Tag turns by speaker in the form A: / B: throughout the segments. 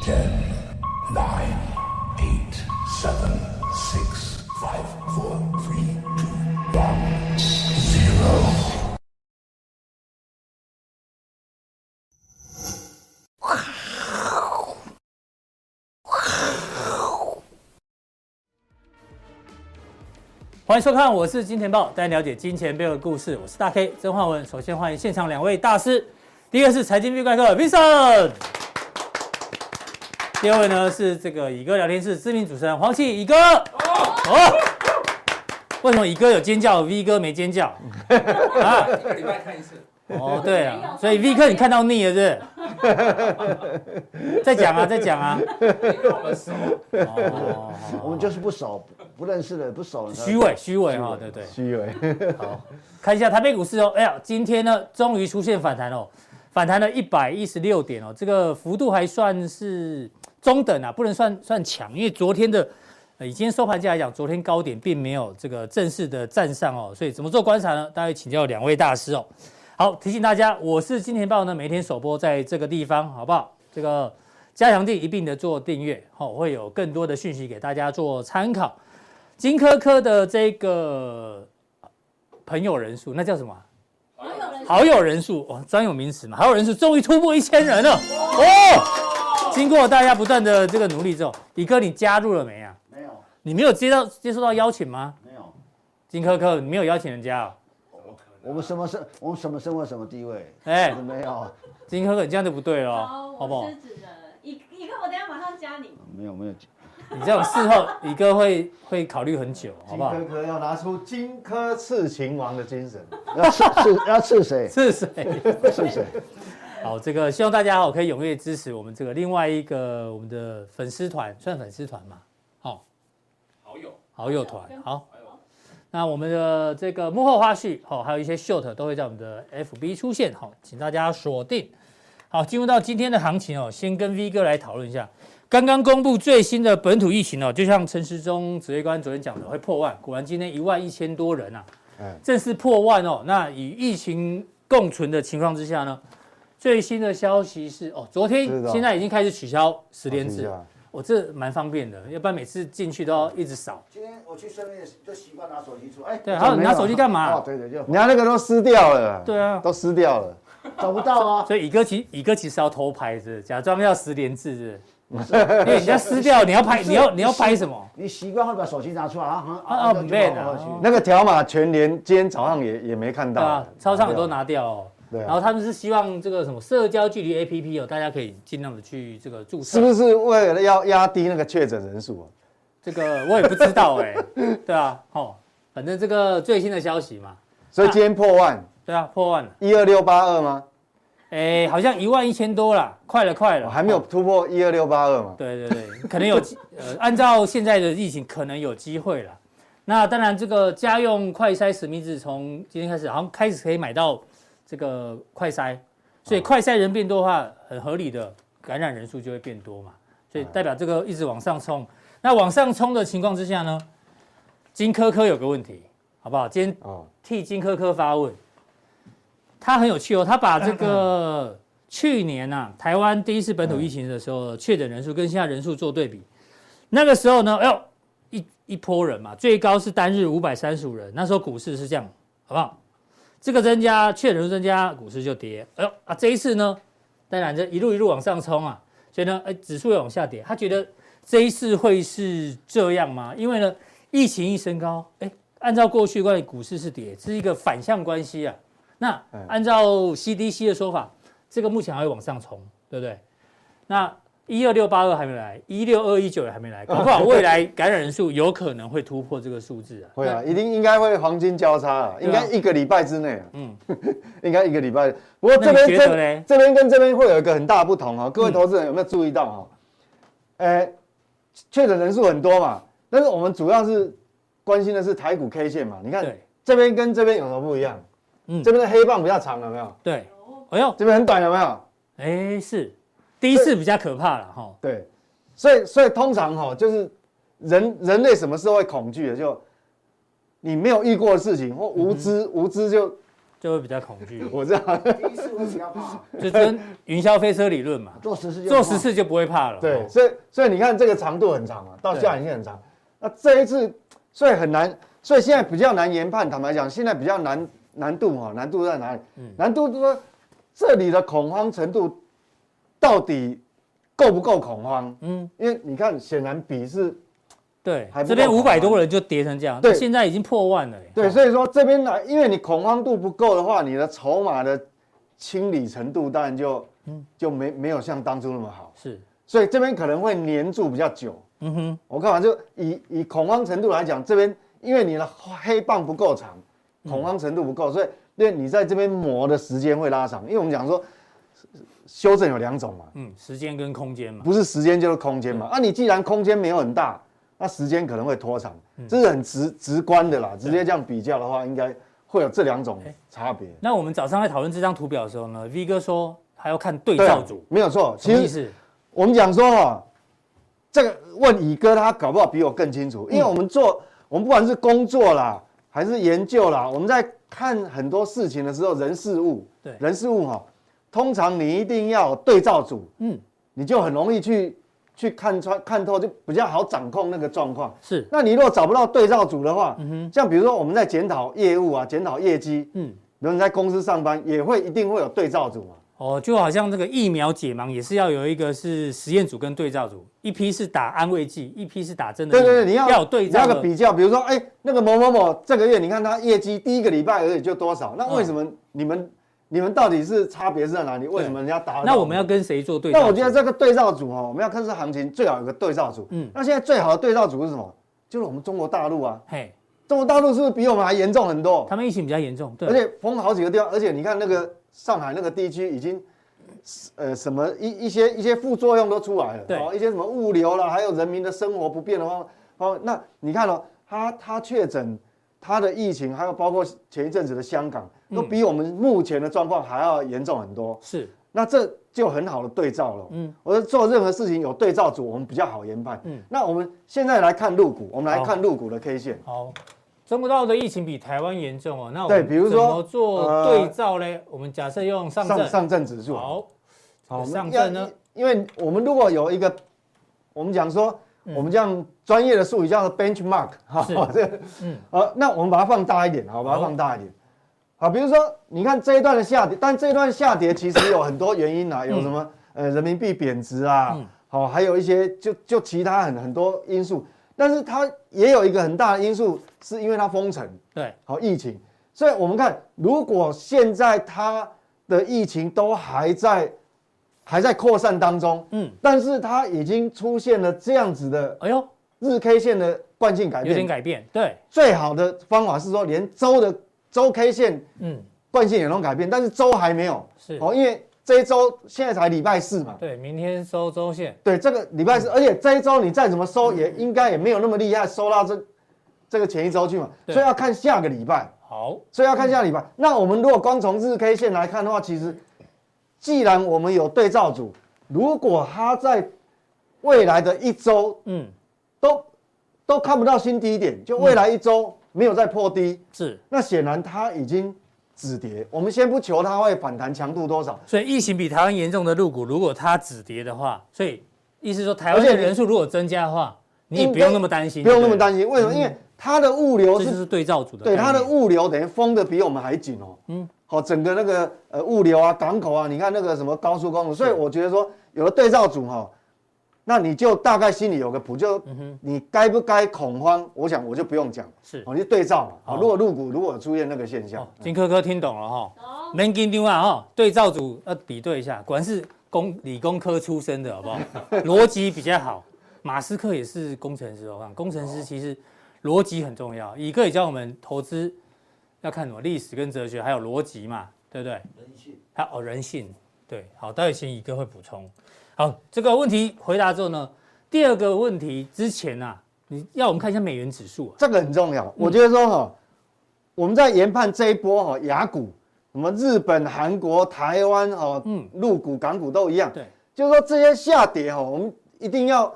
A: Ten, nine, eight, seven, six, five, four, three, two, one, zero.
B: 欢迎收看，我是金钱豹，带您了解金钱背后的故事。我是大 K 曾焕文。首先欢迎现场两位大师，第一个是财经壁怪客 Vincent，第二位呢是这个乙哥聊天室知名主持人黄启乙哥。哦，为什么乙哥有尖叫，V 哥没尖叫？啊，
C: 礼拜看一次。
B: 哦，对啊，所以 V 哥你看到腻了是不是？再讲啊，再讲啊。哦，
D: 我们就是不熟，不不认识的，不熟的。
B: 虚伪，虚伪哈，对不对？
D: 虚伪。
B: 看一下台北股市哦，哎呀，今天呢终于出现反弹哦，反弹了一百一十六点哦，这个幅度还算是中等啊，不能算算强，因为昨天的呃以今天收盘价来讲，昨天高点并没有这个正式的站上哦，所以怎么做观察呢？大家请教两位大师哦。好，提醒大家，我是金钱豹呢，每天首播在这个地方，好不好？这个加强地一并的做订阅，哦，会有更多的讯息给大家做参考。金科科的这个朋友人数，那叫什么啊？
E: 好有人
B: 好友人数哦，专有名词嘛，好友人数终于突破一千人了哦！经过大家不断的这个努力之后，李哥你加入了没啊？
D: 没有，
B: 你没有接到接收到邀请吗？
D: 没有。
B: 金科科，你没有邀请人家哦？
D: 我们什么身，我们什么身份，什么地位？
B: 哎，
D: 没有，
B: 金科科，你这样就不对了哦，好
E: 好，
B: 不好
E: 我？是指的，一一个我等一下马上加你。
D: 没有，没有。
B: 你这种事后，李哥会会考虑很久，好不好？
F: 科要拿出荆轲刺秦王的精神。
D: 要刺刺要刺谁？
B: 是谁？
D: 刺谁？
B: 好，这个希望大家哦可以踊跃支持我们这个另外一个我们的粉丝团，算粉丝团嘛？好、
C: 好友，
B: 好友团，好
C: 好友。
B: 那我们的这个幕后花絮，好、还有一些 short 都会在我们的 FB 出现，好、请大家锁定。好，进入到今天的行情哦，先跟 V 哥来讨论一下，刚刚公布最新的本土疫情哦，就像陈时中指挥官昨天讲的，会破万，果然今天一万一千多人啊，正式破万哦。那与疫情共存的情况之下呢，最新的消息是哦，昨天
F: 知道
B: 现在已经开始取消十连
F: 试一
B: 制，
F: 下
B: 我、这蛮方便的，要不然每次进去都要一直扫。
D: 今天我去顺便就习惯拿手机出来，哎，
B: 对，还有你拿手机干嘛？
D: 哦，对对，就
F: 你看那个都撕掉了，
B: 对啊
F: 都撕掉了。
D: 找不到 啊。
B: 所以乙哥其乙哥其实要偷拍，是不是假装要十连制，是不是？ 因为人家撕掉，你要拍，你要你要拍什么？
D: 你习惯会把手机拿出来啊，啊
B: 啊不变啊
D: 去。
F: 那个条码全连，今天早上也也没看
B: 对
F: 到
B: 啊
F: 了，，
B: 超商也都拿掉哦。
F: 对啊
B: 然后他们是希望这个什么社交距离 APP 哦，大家可以尽量的去这个注册。
F: 是不是为了要压低那个确诊人数啊？
B: 这个我也不知道哎、 对啊，哦，反正这个最新的消息嘛，
F: 所以今天破万，
B: 对啊，破万了，
F: 一二六八二吗？
B: 哎，好像一万一千多啦，快了快
F: 我
B: 了，
F: 哦
B: 哦
F: 还没有突破一二六八二嘛？
B: 对对对，可能 有机呃，按照现在的疫情，可能有机会了。那当然，这个家用快筛实名制从今天开始，好像开始可以买到这个快筛，所
F: 哦
B: 以快筛人变多的话，很合理的感染人数就会变多嘛，所以代表这个一直往上冲。那往上冲的情况之下呢，金科科有个问题，好不好？今天
F: 哦，
B: 替金科科发问，他很有趣哦，他把这个去年啊，台湾第一次本土疫情的时候，确诊人数跟现在人数做对比，那个时候呢，哎呦，一一波人嘛，最高是单日五百三十五人，那时候股市是这样，好不好？这个增加，确诊人数增加，股市就跌，哎呦啊，这一次呢，当然这一路一路往上冲啊，所以呢，哎，指数也往下跌，他觉得这一次会是这样吗？因为呢，疫情一升高，哎。按照过去关于股市是跌，这是一个反向关系啊。那
F: 嗯
B: 按照 CDC 的说法，这个目前还会往上冲，对不对？那一二六八二还没来，一六二一九也还没来，搞不好未来感染人数有可能会突破这个数字啊。
F: 会啊，一定应该会黄金交叉啊，
B: 对啊
F: 应该一个礼拜之内啊，
B: 嗯
F: 嗯， 应该一个礼拜。不过这
B: 那
F: 边
B: 你觉得嘞
F: 这这边跟这边会有一个很大不同
B: 嗯
F: 哦，各位投资人有没有注意到哈？呃，确诊人数很多嘛，但是我们主要是关心的是台股 K 线嘛，你看
B: 对
F: 这边跟这边有什么不一样？
B: 嗯
F: 这边的黑棒比较长，有没有？
B: 对，哎呦，
F: 这边很短，有没有？
B: 哎是，第一次比较可怕了哈。
F: 对，所以所以通常哈、就是人人类什
B: 嗯
F: 么时候会恐惧的？就你没有遇过的事情或无知，无知就
B: 就会比较恐惧
F: ，我知 道，
D: 第一次会比较怕，
B: 就跟云霄飞车理论 嘛，
D: 做十次就
B: 做
D: 怕
B: 十，次就啊不会怕了。哦
F: 对，所以所以你看这个长度很长嘛，到下影线很长。那这一次，所以很难，所以现在比较难研判。坦白讲，现在比较难难度哈，难度在哪里？难度就是说这里的恐慌程度到底够不够恐慌？
B: 嗯，
F: 因为你看，显然比是
B: 对
F: 还，不
B: 这边
F: 够
B: 五
F: 恐慌
B: 百多人就跌成这样，
F: 对
B: 现在已经破万了耶。
F: 对，所以说这边来，因为你恐慌度不够的话，你的筹码的清理程度当然就就没没有像当初那么好，
B: 是，
F: 所以这边可能会黏住比较久。
B: 嗯哼，
F: 我干嘛就以以恐慌程度来讲，这边因为你的黑棒不够长，恐慌程度不够，所以因为你在这边磨的时间会拉长。因为我们讲说，修正有两种嘛，
B: 嗯，时间跟空间嘛，
F: 不是时间就是空间嘛。啊，你既然空间没有很大，那时间可能会拖长，这是很直直观的啦。直接这样比较的话，应该会有这两种差别。
B: 那我们早上在讨论这张图表的时候呢，V 哥说还要看对
F: 对啊
B: 照组，
F: 没有错。
B: 什
F: 其
B: 么意
F: 实
B: 思？
F: 我们讲说哦，这个问乙哥他搞不好比我更清楚，因为我们
B: 嗯
F: 做，我们不管是工作啦，还是研究啦，我们在看很多事情的时候，人事物，
B: 对
F: 人事物哈、通常你一定要有对照组，
B: 嗯，
F: 你就很容易去去看穿看透，就比较好掌控那个状况。
B: 是，
F: 那你如果找不到对照组的话，像比如说我们在检讨业务啊，检讨业绩，
B: 嗯，
F: 比如你在公司上班，也会一定会有对照组嘛。
B: 哦，就好像这个疫苗解盲也是要有一个是实验组跟对照组，一批是打安慰剂，一批是打真的
F: 对
B: 疫苗。
F: 对对，你要
B: 要有对照
F: 你要
B: 的
F: 个比较，比如说，哎、那个某某某这个月，你看他业绩第一个礼拜而已就多少，那为什么
B: 嗯
F: 你们、你们到底是差别是在哪里？为什么人家打？
B: 那我们要跟谁做对照
F: 那
B: 组？
F: 我觉得这个对照组哦，我们要看是行情最好有个对照组。
B: 嗯
F: 嗯，那现在最好的对照组是什么？就是我们中国大陆啊，
B: 嘿，
F: 中国大陆是不是比我们还严重很多？
B: 他们疫情比较严重，对，
F: 而且封好几个地方，而且你看那个上海那个地区已经，呃，什么一一些一些副作用都出来了，
B: 对
F: 哦一些什么物流啦，还有人民的生活不便的话，哦，那你看哦，他他确诊，他的疫情，还有包括前一阵子的香港，
B: 嗯
F: 都比我们目前的状况还要严重很多，
B: 是
F: 那这就很好的对照了。
B: 嗯
F: 嗯，我说做任何事情有对照组，我们比较好研判。
B: 嗯
F: 嗯，那我们现在来看入股，我们来
B: 好
F: 看入股的 K 线。
B: 好。中国大陆的疫情比台湾严重哦，那我
F: 对
B: 们
F: 比如
B: 怎
F: 说呃
B: 么做对照嘞？我们假设用上证，
F: 上证指数，
B: 好，
F: 好，我们
B: 上证呢？
F: 要？因为我们如果有一个，我们讲说，我们这样专业的术语叫做 benchmark
B: 嗯
F: 哈
B: 是，
F: 这个，
B: 嗯
F: 嗯，呃，那我们把它放大一点，好，把它
B: 好
F: 放大一点。好，比如说，你看这一段的下跌，但这一段下跌其实有很多原因啊，有什么呃人民币贬值啊
B: 嗯，
F: 好、还有一些就就其他很很多因素，但是它也有一个很大的因素，是因为它封城，
B: 对，
F: 好疫情，所以我们看，如果现在它的疫情都还在还在扩散当中，
B: 嗯，
F: 但是它已经出现了这样子的
B: 哎呦，
F: 日 K 线的惯性改
B: 有点
F: 变。
B: 改变，对，
F: 最好的方法是说，连周的周 K 线
B: 嗯，
F: 惯性也能改变，但是周还没有，
B: 是
F: 哦，因为这一周现在才礼拜四嘛，
B: 对，明天收周线，
F: 对，这个礼拜四，而且这一周你再怎么收，也应该也没有那么厉害，收到这这个前一周去嘛，
B: 对
F: 所以要看下个礼拜。
B: 好，
F: 所以要看下礼拜。
B: 嗯
F: 那我们如果光从日 K 线来看的话，其实既然我们有对照组，如果它在未来的一周
B: 嗯，
F: 都都看不到新低点，就未来一周没有再破低，
B: 是，
F: 那显然它已经止跌。我们先不求它会反弹强度多少，
B: 所以疫情比台湾严重的入股，如果它止跌的话，所以意思说台湾
F: 而且
B: 的
F: 你
B: 人数如果增加的话，你也
F: 应
B: 不
F: 该
B: 用那么担心，
F: 不用那么
B: 对嗯
F: 担心。为什么？因为它的物流
B: 不对，这就是是对照组的概
F: 对
B: 念，
F: 它的物流等于封的比我们还紧哦。
B: 嗯
F: 嗯，好，整个那个呃物流啊、港口啊，你看那个什么高速公路，所以我觉得说有了对照组哈、那你就大概心里有个谱，就
B: 嗯
F: 你该不该恐慌，我想我就不用讲，
B: 是
F: 哦，你就对照嘛。
B: 好
F: 好，如果入股如果有出现那个现象
B: 哦，，金科科听懂了哈。
E: 哦，
B: 门金另外啊哈，对照组要比对一下，果然是工理工科出身的，好不好？逻辑比较好。马斯克也是工程师，我看工程师其实逻辑很重要。乙哥也教我们投资要看什么历史跟哲学，还有逻辑嘛，对不对？
D: 人性
B: 他哦，人性对，好，待会请乙哥会补充。好，这个问题回答之后呢，第二个问题之前啊，你要我们看一下美元指数啊，
F: 这个很重要。我觉得说哈、我们在研判这一波哈、雅股，什么日本、韩国、台湾哦，
B: 嗯
F: 陆股、港股都一样。
B: 对，
F: 就是说这些下跌哈、我们一定要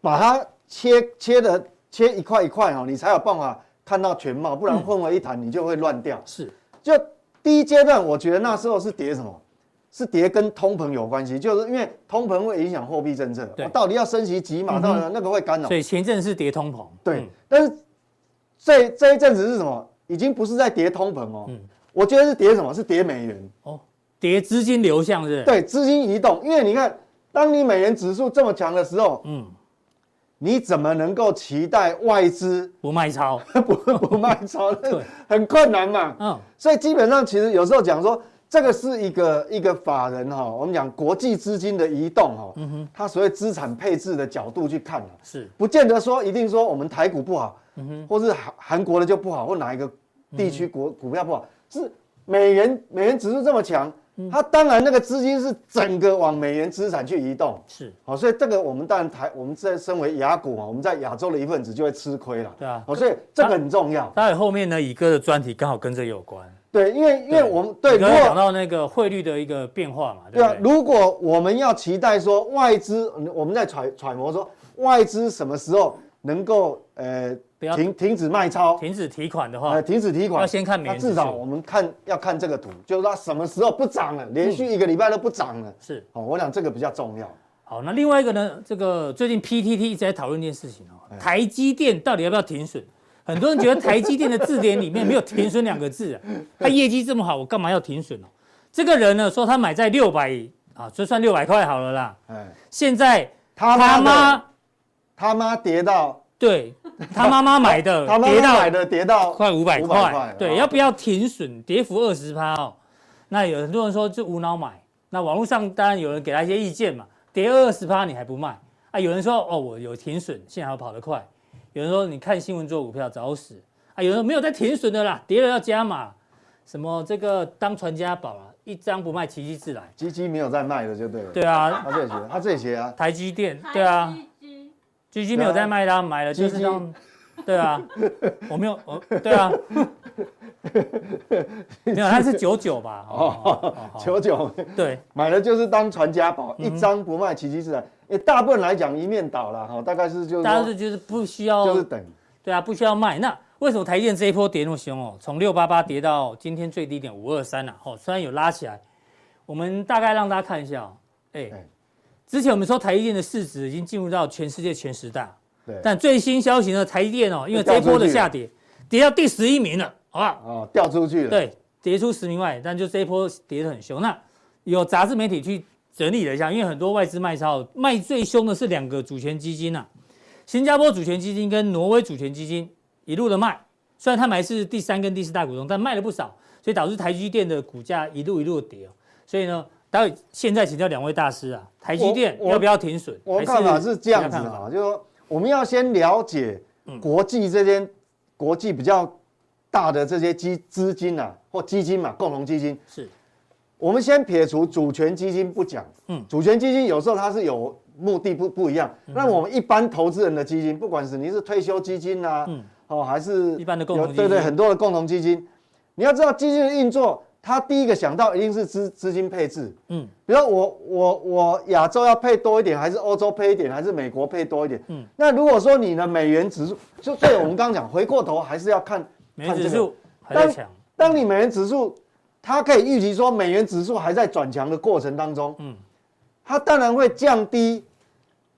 F: 把它切切的切
B: 嗯
F: 一块一块哈、你才有办法看到全貌，不然混为一谈，你就会乱掉。
B: 是
F: 就第一阶段，我觉得那时候是跌什么？是跌跟通膨有关系，就是因为通膨会影响货币政策，
B: 对嗯
F: 我到底要升息几码，到底那个会干扰
B: 所。以前阵是跌通膨，
F: 对，
B: 嗯
F: 但是这这一阵子是什么？已经不是在跌通膨哦，
B: 嗯
F: 我觉得是跌什么？是跌美元，
B: 哦，跌资金流向是不是，
F: 对，资金移动。因为你看，当你美元指数这么强的时候，
B: 嗯，
F: 你怎么能够期待外资
B: 不卖超，
F: 不不卖超？
B: 对
F: 很困难嘛。
B: 嗯，
F: 所以基本上，其实有时候讲说，这个是一个一个法人哈、我们讲国际资金的移动哈、
B: 嗯
F: 它所谓资产配置的角度去看啊
B: 是，
F: 不见得说一定说我们台股不好，
B: 嗯
F: 或是韩韩国的就不好，或哪一个地区
B: 嗯
F: 国股票不好，是美元美元指数这么强，
B: 嗯
F: 它当然那个资金是整个往美元资产去移动。
B: 是，
F: 好、所以这个我们当然台，我们在身为雅股啊，我们在亚洲的一份子就会吃亏了。
B: 对啊
F: 好、所以这个很重要。
B: 待会后面呢，以哥的专题刚好跟这有关，
F: 对，因为因为我们对，
B: 你
F: 如
B: 刚才讲
F: 果
B: 到那个汇率的一个变化嘛，
F: 对
B: 对
F: 啊，
B: 不对？
F: 如果我们要期待说外资，嗯我们在揣揣摩说外资什么时候能够呃
B: 不要
F: 停停止卖超，
B: 停止提款的话
F: 呃，停止提款，
B: 啊要先看美
F: 那
B: 元指
F: 至少我
B: 数，
F: 们看要看这个图，就是它什么时候不涨
B: 嗯
F: 了，连续一个礼拜都不涨了。
B: 是。
F: 哦，我想这个比较重要。
B: 好，那另外一个呢，这个最近 PTT 一直在讨论一件事情
F: 哎
B: 哦，台积电到底要不要停损？很多人觉得台积电的字典里面没有“停损”两个字、啊，它业绩这么好，我干嘛要停损呢、哦这个人呢说他买在六百啊，就算六百块好了啦。
F: 哎，
B: 现在
F: 他
B: 他
F: 妈的
B: 妈
F: 他妈跌到
B: 对他妈妈买的
F: 他妈
B: 呃跌
F: 妈
B: 到
F: 买的跌到
B: 快五百
F: 500
B: 块，对，
F: 哦
B: 要不要停损？跌幅二十趴哦。那有很多人说就无脑买，那网络上当然有人给他一些意见嘛，跌二十趴你还不卖啊？有人说哦我有停损，幸好跑得快。有人说你看新闻做股票找死啊，有人说没有在停损的啦，跌了要加码，什么这个当传家宝啊，一张不卖奇迹自来。
F: 鸡鸡没有在卖的就对了。
B: 对啊，
F: 他这些，他这些啊，
B: 台积电，对啊，
E: 居
B: 居居没有
F: 啊
B: 在卖啦，买了就是让，对啊，我没有，我对 啊，没有，它是九九吧？哦，好嗯
F: 九九
B: 对，
F: 买了就是当传家宝，一张不卖，奇迹自然。也大部分来讲一面倒了哈，大概是就是
B: 大家
F: 说
B: 是就是不需要，
F: 就是等，
B: 对啊，不需要卖。那为什么台积电这一波跌那么凶哦？从六八八跌到今天最低点五二三啊，哦，虽然有拉起来，我们大概让大家看一下哦，哎
F: 哎，
B: 之前我们说台积电的市值已经进入到全世界前十大，
F: 对，
B: 但最新消息呢，台积电哦，因为这一波的下跌，跌到第十一名了，好不好？
F: 哦掉出去了，，
B: 对，跌出十名外，但就这一波跌得很凶。那有杂志媒体去整理了一下，因为很多外资卖超，卖最凶的是两个主权基金呐、啊，新加坡主权基金跟挪威主权基金一路的卖，虽然他们还是第三跟第四大股东，但卖了不少，所以导致台积电的股价一路一路地跌哦。所以呢，待会现在请教两位大师啊，台积电
F: 我我
B: 要不要停损？
F: 我
B: 还
F: 看法是这样
B: 其
F: 子
B: 他看
F: 啊嗯
B: 法，
F: 就是说我们要先了解国际这些国际比较大的这些基资金啊，或基金嘛，共同基金，
B: 是
F: 我们先撇除主权基金不讲，
B: 嗯嗯
F: 嗯，主权基金有时候它是有目的不不一样。那我们一般投资人的基金，不管是你是退休基金啊，
B: 嗯
F: 哦，还是
B: 一般的共同
F: 有
B: 基
F: 对对，
B: 金
F: 很多的共同基金，你要知道基金的运作，它第一个想到一定是资资金配置。
B: 嗯
F: 比如说我我我亚洲要配多一点，还是欧洲配一点，还是美国配多一点？
B: 嗯
F: 嗯，那如果说你的美元指数，就所以我们刚刚讲，回过头还是要看
B: 美元指。
F: 看这个
B: 数还在
F: 但
B: 强，
F: 当你美元指数，它可以预期说美元指数还在转强的过程当中，
B: 嗯
F: 嗯，它当然会降低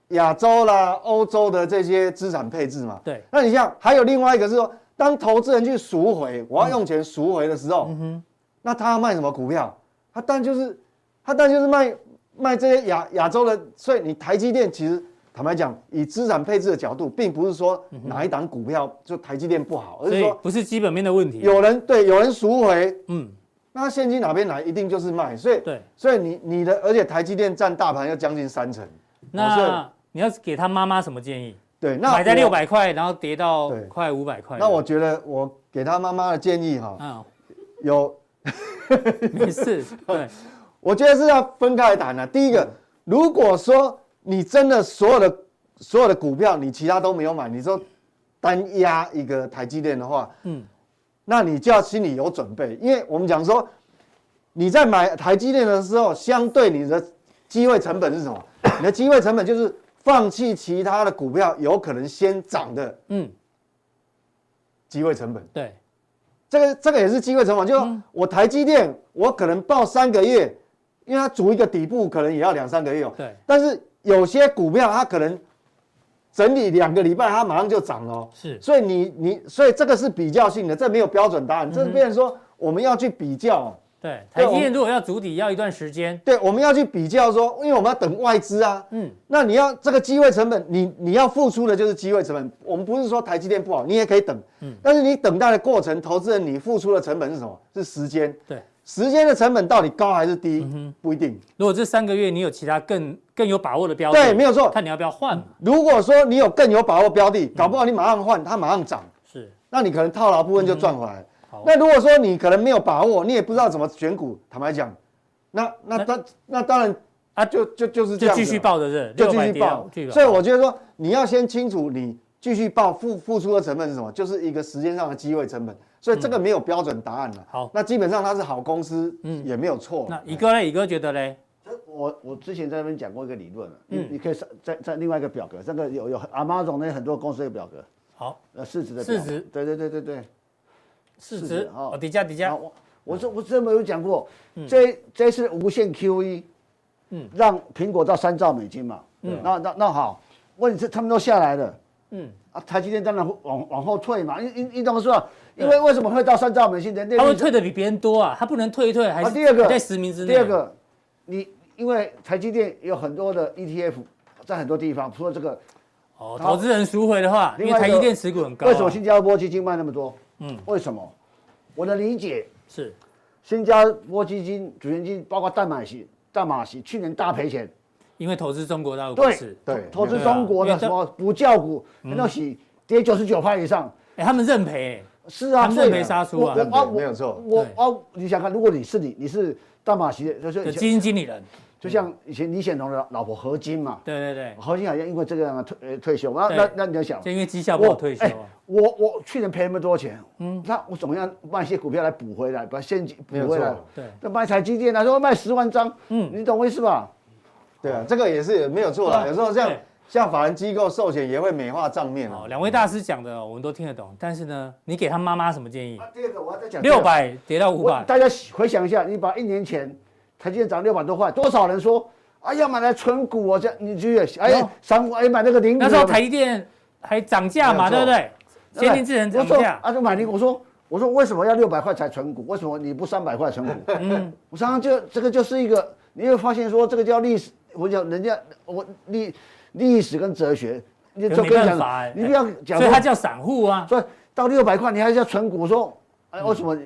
F: 亚洲啦、欧洲的这些资产配置嘛。
B: 对，
F: 那你像还有另外一个是说，当投资人去赎回，我要用钱赎回的时候，
B: 嗯
F: 那他要卖什么股票？他当然就是他当然就是卖卖这些亚亚洲的，所以你台积电其实。坦白讲，以资产配置的角度，并不是说哪一档股票就台积电不好，而
B: 嗯所
F: 是
B: 以
F: 说
B: 不是基本面的问题。啊
F: 有人对有人赎回，
B: 嗯，
F: 那它现金哪边来，一定就是卖，所以
B: 对。
F: 所以你你的，而且台积电占大盘要将近三成，哦
B: 那你要给他妈妈什么建议？
F: 对，那
B: 买在
F: 我
B: 六，百块，然后跌到
F: 对
B: 快五百块。
F: 那我觉得我给他妈妈的建议哈，
B: 啊，
F: 有，
B: 没事，对，
F: 我觉得是要分开来谈的。第一
B: 嗯
F: 个，如果说你真的所有的所有的股票你其他都没有买，你说单压一个台积电的话，
B: 嗯，
F: 那你就要心里有准备，因为我们讲说，你在买台积电的时候，相对你的机会成本是什么？ 你的机会成本就是放弃其他的股票有可能先涨的
B: 嗯，
F: 机会成本。
B: 对，
F: 这个这个也是机会成本，就是
B: 嗯
F: 说我台积电，我可能报三个月，因为它筑一个底部可能也要两三个月哦。
B: 对
F: 但是有些股票它可能整理两个礼拜，它马上就涨了哦。
B: 是
F: 所以你你所以这个是比较性的，这没有标准
B: 嗯
F: 答案，这变成说我们要去比较哦。
B: 对，台积
F: 我
B: 电
F: 们
B: 如果要筑底要一段时间，
F: 对，我们要去比较说，因为我们要等外资啊。
B: 嗯，
F: 那你要这个机会成本，你你要付出的就是机会成本。我们不是说台积电不好，你也可以等，嗯，但是你等待的过程，投资人你付出的成本是什么？是时间，
B: 对。
F: 时间的成本到底高还是低？
B: 嗯
F: 不一定。
B: 如果这三个月你有其他更更有把握的标的，
F: 对，没有错。嗯
B: 看你要不要换嘛。
F: 如果说你有更有把
B: 嗯
F: 握标的，搞不好你马上换，它马上涨，
B: 是，
F: 那你可能套牢部分就赚回来。
B: 嗯好
F: 那如果说你可能没有把握，你也不知道怎么选股，坦白讲，那那当那当然
B: 啊
F: 啊，就就就是这
B: 就
F: 样子
B: 继
F: 了，
B: 续抱着这，
F: 就
B: 六
F: 继
B: 百
F: 续
B: 跌
F: 报
B: 到，继续报。
F: 所以我觉得说，你要先清楚你继续报付付出的成本是什么，就是一个时间上的机会成本。所以这个没有标准答案了。
B: 嗯好
F: 那基本上它是好公司，
B: 嗯
F: 嗯，也没有错。
B: 那乙哥呢？乙哥觉得嘞？
D: 这我我之前在那边讲过一个理论了，啊
B: 嗯
D: 你你可以上在在另外一个表格，这个有有阿妈总那很多公司的表格，
B: 好，
D: 呃市值的
B: 市
D: 表格
B: 值
D: 对对对对对。
B: 市
D: 市值
B: 值
D: 哦
B: 哦，底价底
D: 啊
B: 价，
D: 我我这我这没有讲过，这这次无限 QE，
B: 嗯
D: 嗯，让苹果到三兆美金嘛，嗯，那那那好，问题是他们都下来了。
B: 嗯，
D: 啊，台积电当然会往往后退嘛，因因因怎么说？因为为什么会到三兆美金？人类
B: 嗯他会
D: 历史
B: 退的比别人多啊，他不能退一退，还
D: 啊
B: 是
D: 第二个
B: 还在实名之内。
D: 第二，个，你因为台积电有很多的 ETF 在很多地方，除了这个，
B: 哦，
D: 然后
B: 投资人赎回的话，因
D: 另
B: 为
D: 外一
B: 台
D: 个
B: 积电持股很高啊，
D: 为什么新加坡基金卖那么多？
B: 嗯
D: 嗯，为什么？我的理解，
B: 是
D: 新加坡基金、主权基金，包括淡马锡、淡马锡去年大赔钱，
B: 因为投资中国大陆股
D: 对
B: 市？
F: 对
D: 投资中国
B: 对
D: 的
B: 啊
D: 什么补教股，
B: 嗯
D: 那洗跌九十九块以上，
B: 哎，他们认赔，
D: 是啊，
B: 他们
D: 所以
B: 认赔杀出啊
D: 我
F: 认
D: 我
F: 赔
D: 啊，
F: 没有错
D: 我
B: 对
D: 我啊，你想看，如果你是你，你是淡马锡的，就是
B: 的
D: 以
B: 基
D: 前
B: 金经理人，
D: 就像以前李显龙的老婆何金嘛，
B: 对对对，
D: 何金好像因为这个样退呃退休，那
B: 对
D: 那那你要想
B: 就，因为绩效不好
D: 我哎
B: 退休啊。
D: 我我去年赔那么多钱，嗯，那我怎么样卖一些股票来补回来，把现金补
F: 没有
D: 回来
F: 错？
B: 对
D: 那卖台积电啊，说卖十万张，
B: 嗯
D: 嗯，你懂我意思吧？
F: 对啊，这个也是没有错
B: 对啊
F: 啦。有时候像
B: 对
F: 像法人机构寿险也会美化账面啊
B: 好，。哦两位大师讲的我们都听得懂，但是呢，你给他妈妈什么建议
D: 啊？，第二个我要再讲
B: 六百跌到五
D: 我
B: 百，
D: 大家回想一下，你把一年前台积电涨六百多块，多少人说哎呀买来存股哦，这样你就也哎
B: 有
D: 呀散户哎买那个零股，
B: 那时候台积电还涨价嘛，
F: 没
B: 对
F: 有
B: 不
F: 错
B: 对？
D: 对不对
B: 先进制程涨
D: 我说
B: 价，
D: 啊就买零股，我说我说为什么要六百块才存股？为什么你不三百块 存股？嗯，我常常就这个就是一个，你会发现说这个叫历史，我讲人家我历历史跟哲学，你
B: 可
D: 就
B: 没
D: 跟你
B: 办法哎
D: 讲，你不要讲
B: 所以
D: 说
B: 它叫散户啊。
D: 所以到六百块你还是要存股，我说哎为什么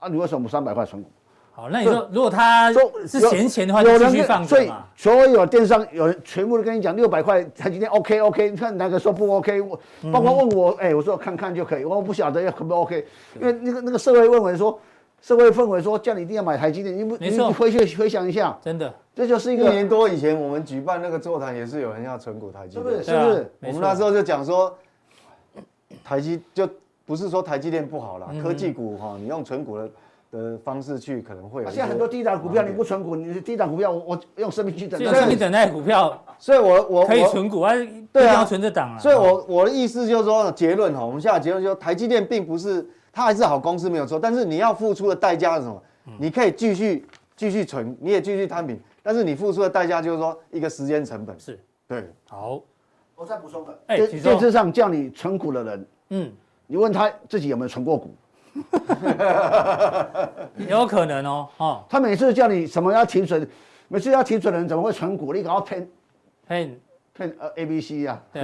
D: 啊你为什么三百块存股？
B: 好，那你说如果他
D: 说
B: 是
D: 有
B: 闲钱的话，
D: 有
B: 就
D: 人
B: 继续
D: 跟
B: 放
D: 所
B: 着
D: 以
B: 嘛。
D: 所有电商有人全部都跟你讲六百块，台积电 OK OK，你看哪个说不 OK？我
B: 嗯
D: 包括问我，哎、我说看看就可以，我不晓得要可不 OK，因为那个那个社会氛围说，社会氛围说叫你一定要买台积电，你不
B: 没
D: 你
B: 错
D: 你回去回想一下，
B: 真的，
D: 这就是
F: 一
D: 一个
F: 年多以前我们举办那个座谈，也是有人要存股台积
D: 是
F: 电
D: 不。是？
B: 对
D: 是
B: 啊
D: 不是？
B: 没
F: 我
B: 错
F: 们那时候就讲说，台积就不是说台积电不好
B: 嗯
F: 啦，科技股哈，你用存股的的方式去可能会有
D: 啊
F: 一些。
D: 现在很多低档股票你不存股，你低档股票我我用生命去等
B: 这
D: 待，
B: 种生命等待的股票
F: 所以我我
B: 可以
F: 我
B: 存股啊，一定
F: 对啊
B: 要存着档啊。
F: 所以我，我的意思就是说，结论哦哈，我们下的结论就是，台积电并不是它还是好公司没有错，但是你要付出的代价是什么？
B: 嗯
F: 你可以继续继续存，你也继续摊平，但是你付出的代价就是说一个时间成本。
B: 是
F: 对，
B: 好，
D: 我再补充个，
B: 哎
D: 电
B: 请说
D: 电视上叫你存股的人，
B: 嗯，
D: 你问他自己有没有存过股？
B: 也 有可能哦，哦，
D: 他每次叫你什么要停损，每次要停损的人怎么会存股？你搞到骗
B: 嘿，
D: 骗呃 A B C 啊，
B: 对，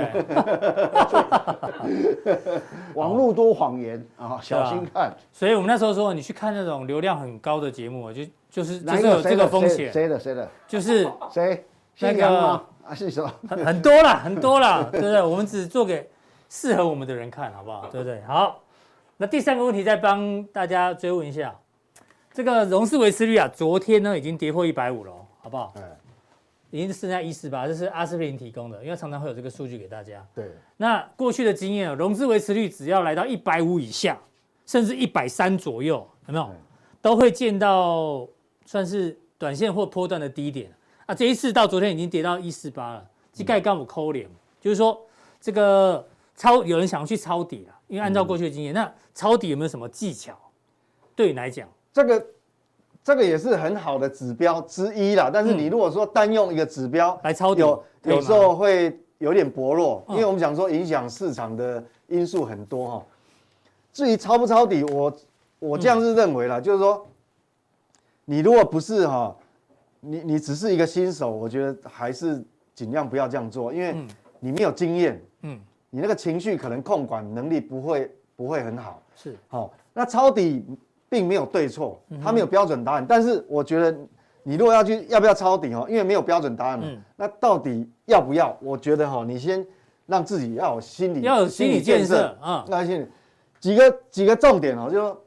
D: 网络多谎言啊，小心看。
B: 所以我们那时候说，你去看那种流量很高的节目，就就是就
D: 哪
B: 是
D: 一
B: 有
D: 谁
B: 这个
D: 的
B: 风
D: 谁
B: 险，
D: 谁的谁的
B: 就是
D: 谁？
B: 那
D: 姓
B: 个
D: 杨吗？啊，姓什么？
B: 很很多啦，很多 啦，对不对？我们只做给适合我们的人看，好不好？对不对？好，那第三个问题再帮大家追问一下，这个融资维持率啊，昨天呢已经跌破一百五了哦，好不好？
F: 哎，
B: 已经剩下一四八，这是阿司匹林提供的，因为常常会有这个数据给大家。
F: 对，
B: 那过去的经验，融资维持率只要来到一百五以下，甚至一百三左右，有没有
F: 嗯？
B: 都会见到算是短线或波段的低点啊。这一次到昨天已经跌到一四八了，膝盖刚我抠脸，就是说这个抄有人想要去抄底了，因为按照过去的经验，那抄底有没有什么技巧？对你来讲，
F: 这个这个也是很好的指标之一啦。但是
B: 嗯
F: 你如果说单用一个指标
B: 来抄底
F: 有
B: 可以吗
F: 有时候会有点薄弱，
B: 嗯
F: 因为我们讲说影响市场的因素很多哈。至于抄不抄底，我我这样是认为
B: 嗯
F: 啦，就是说，你如果不是哈，你你只是一个新手，我觉得还是尽量不要这样做，因为
B: 嗯
F: 你没有经验，
B: 嗯，
F: 你那个情绪可能控管能力不会不会很好。
B: 是
F: 好、那抄底并没有对错，它
B: 嗯
F: 没有标准答案，但是我觉得你如果要去要不要抄底哦，因为没有标准答案嘛，
B: 嗯
F: 那到底要不要？我觉得哈、你先让自己要有心理
B: 要有心理建设
F: 啊
B: 啊，
F: 那心理几个几个重点哦，就是说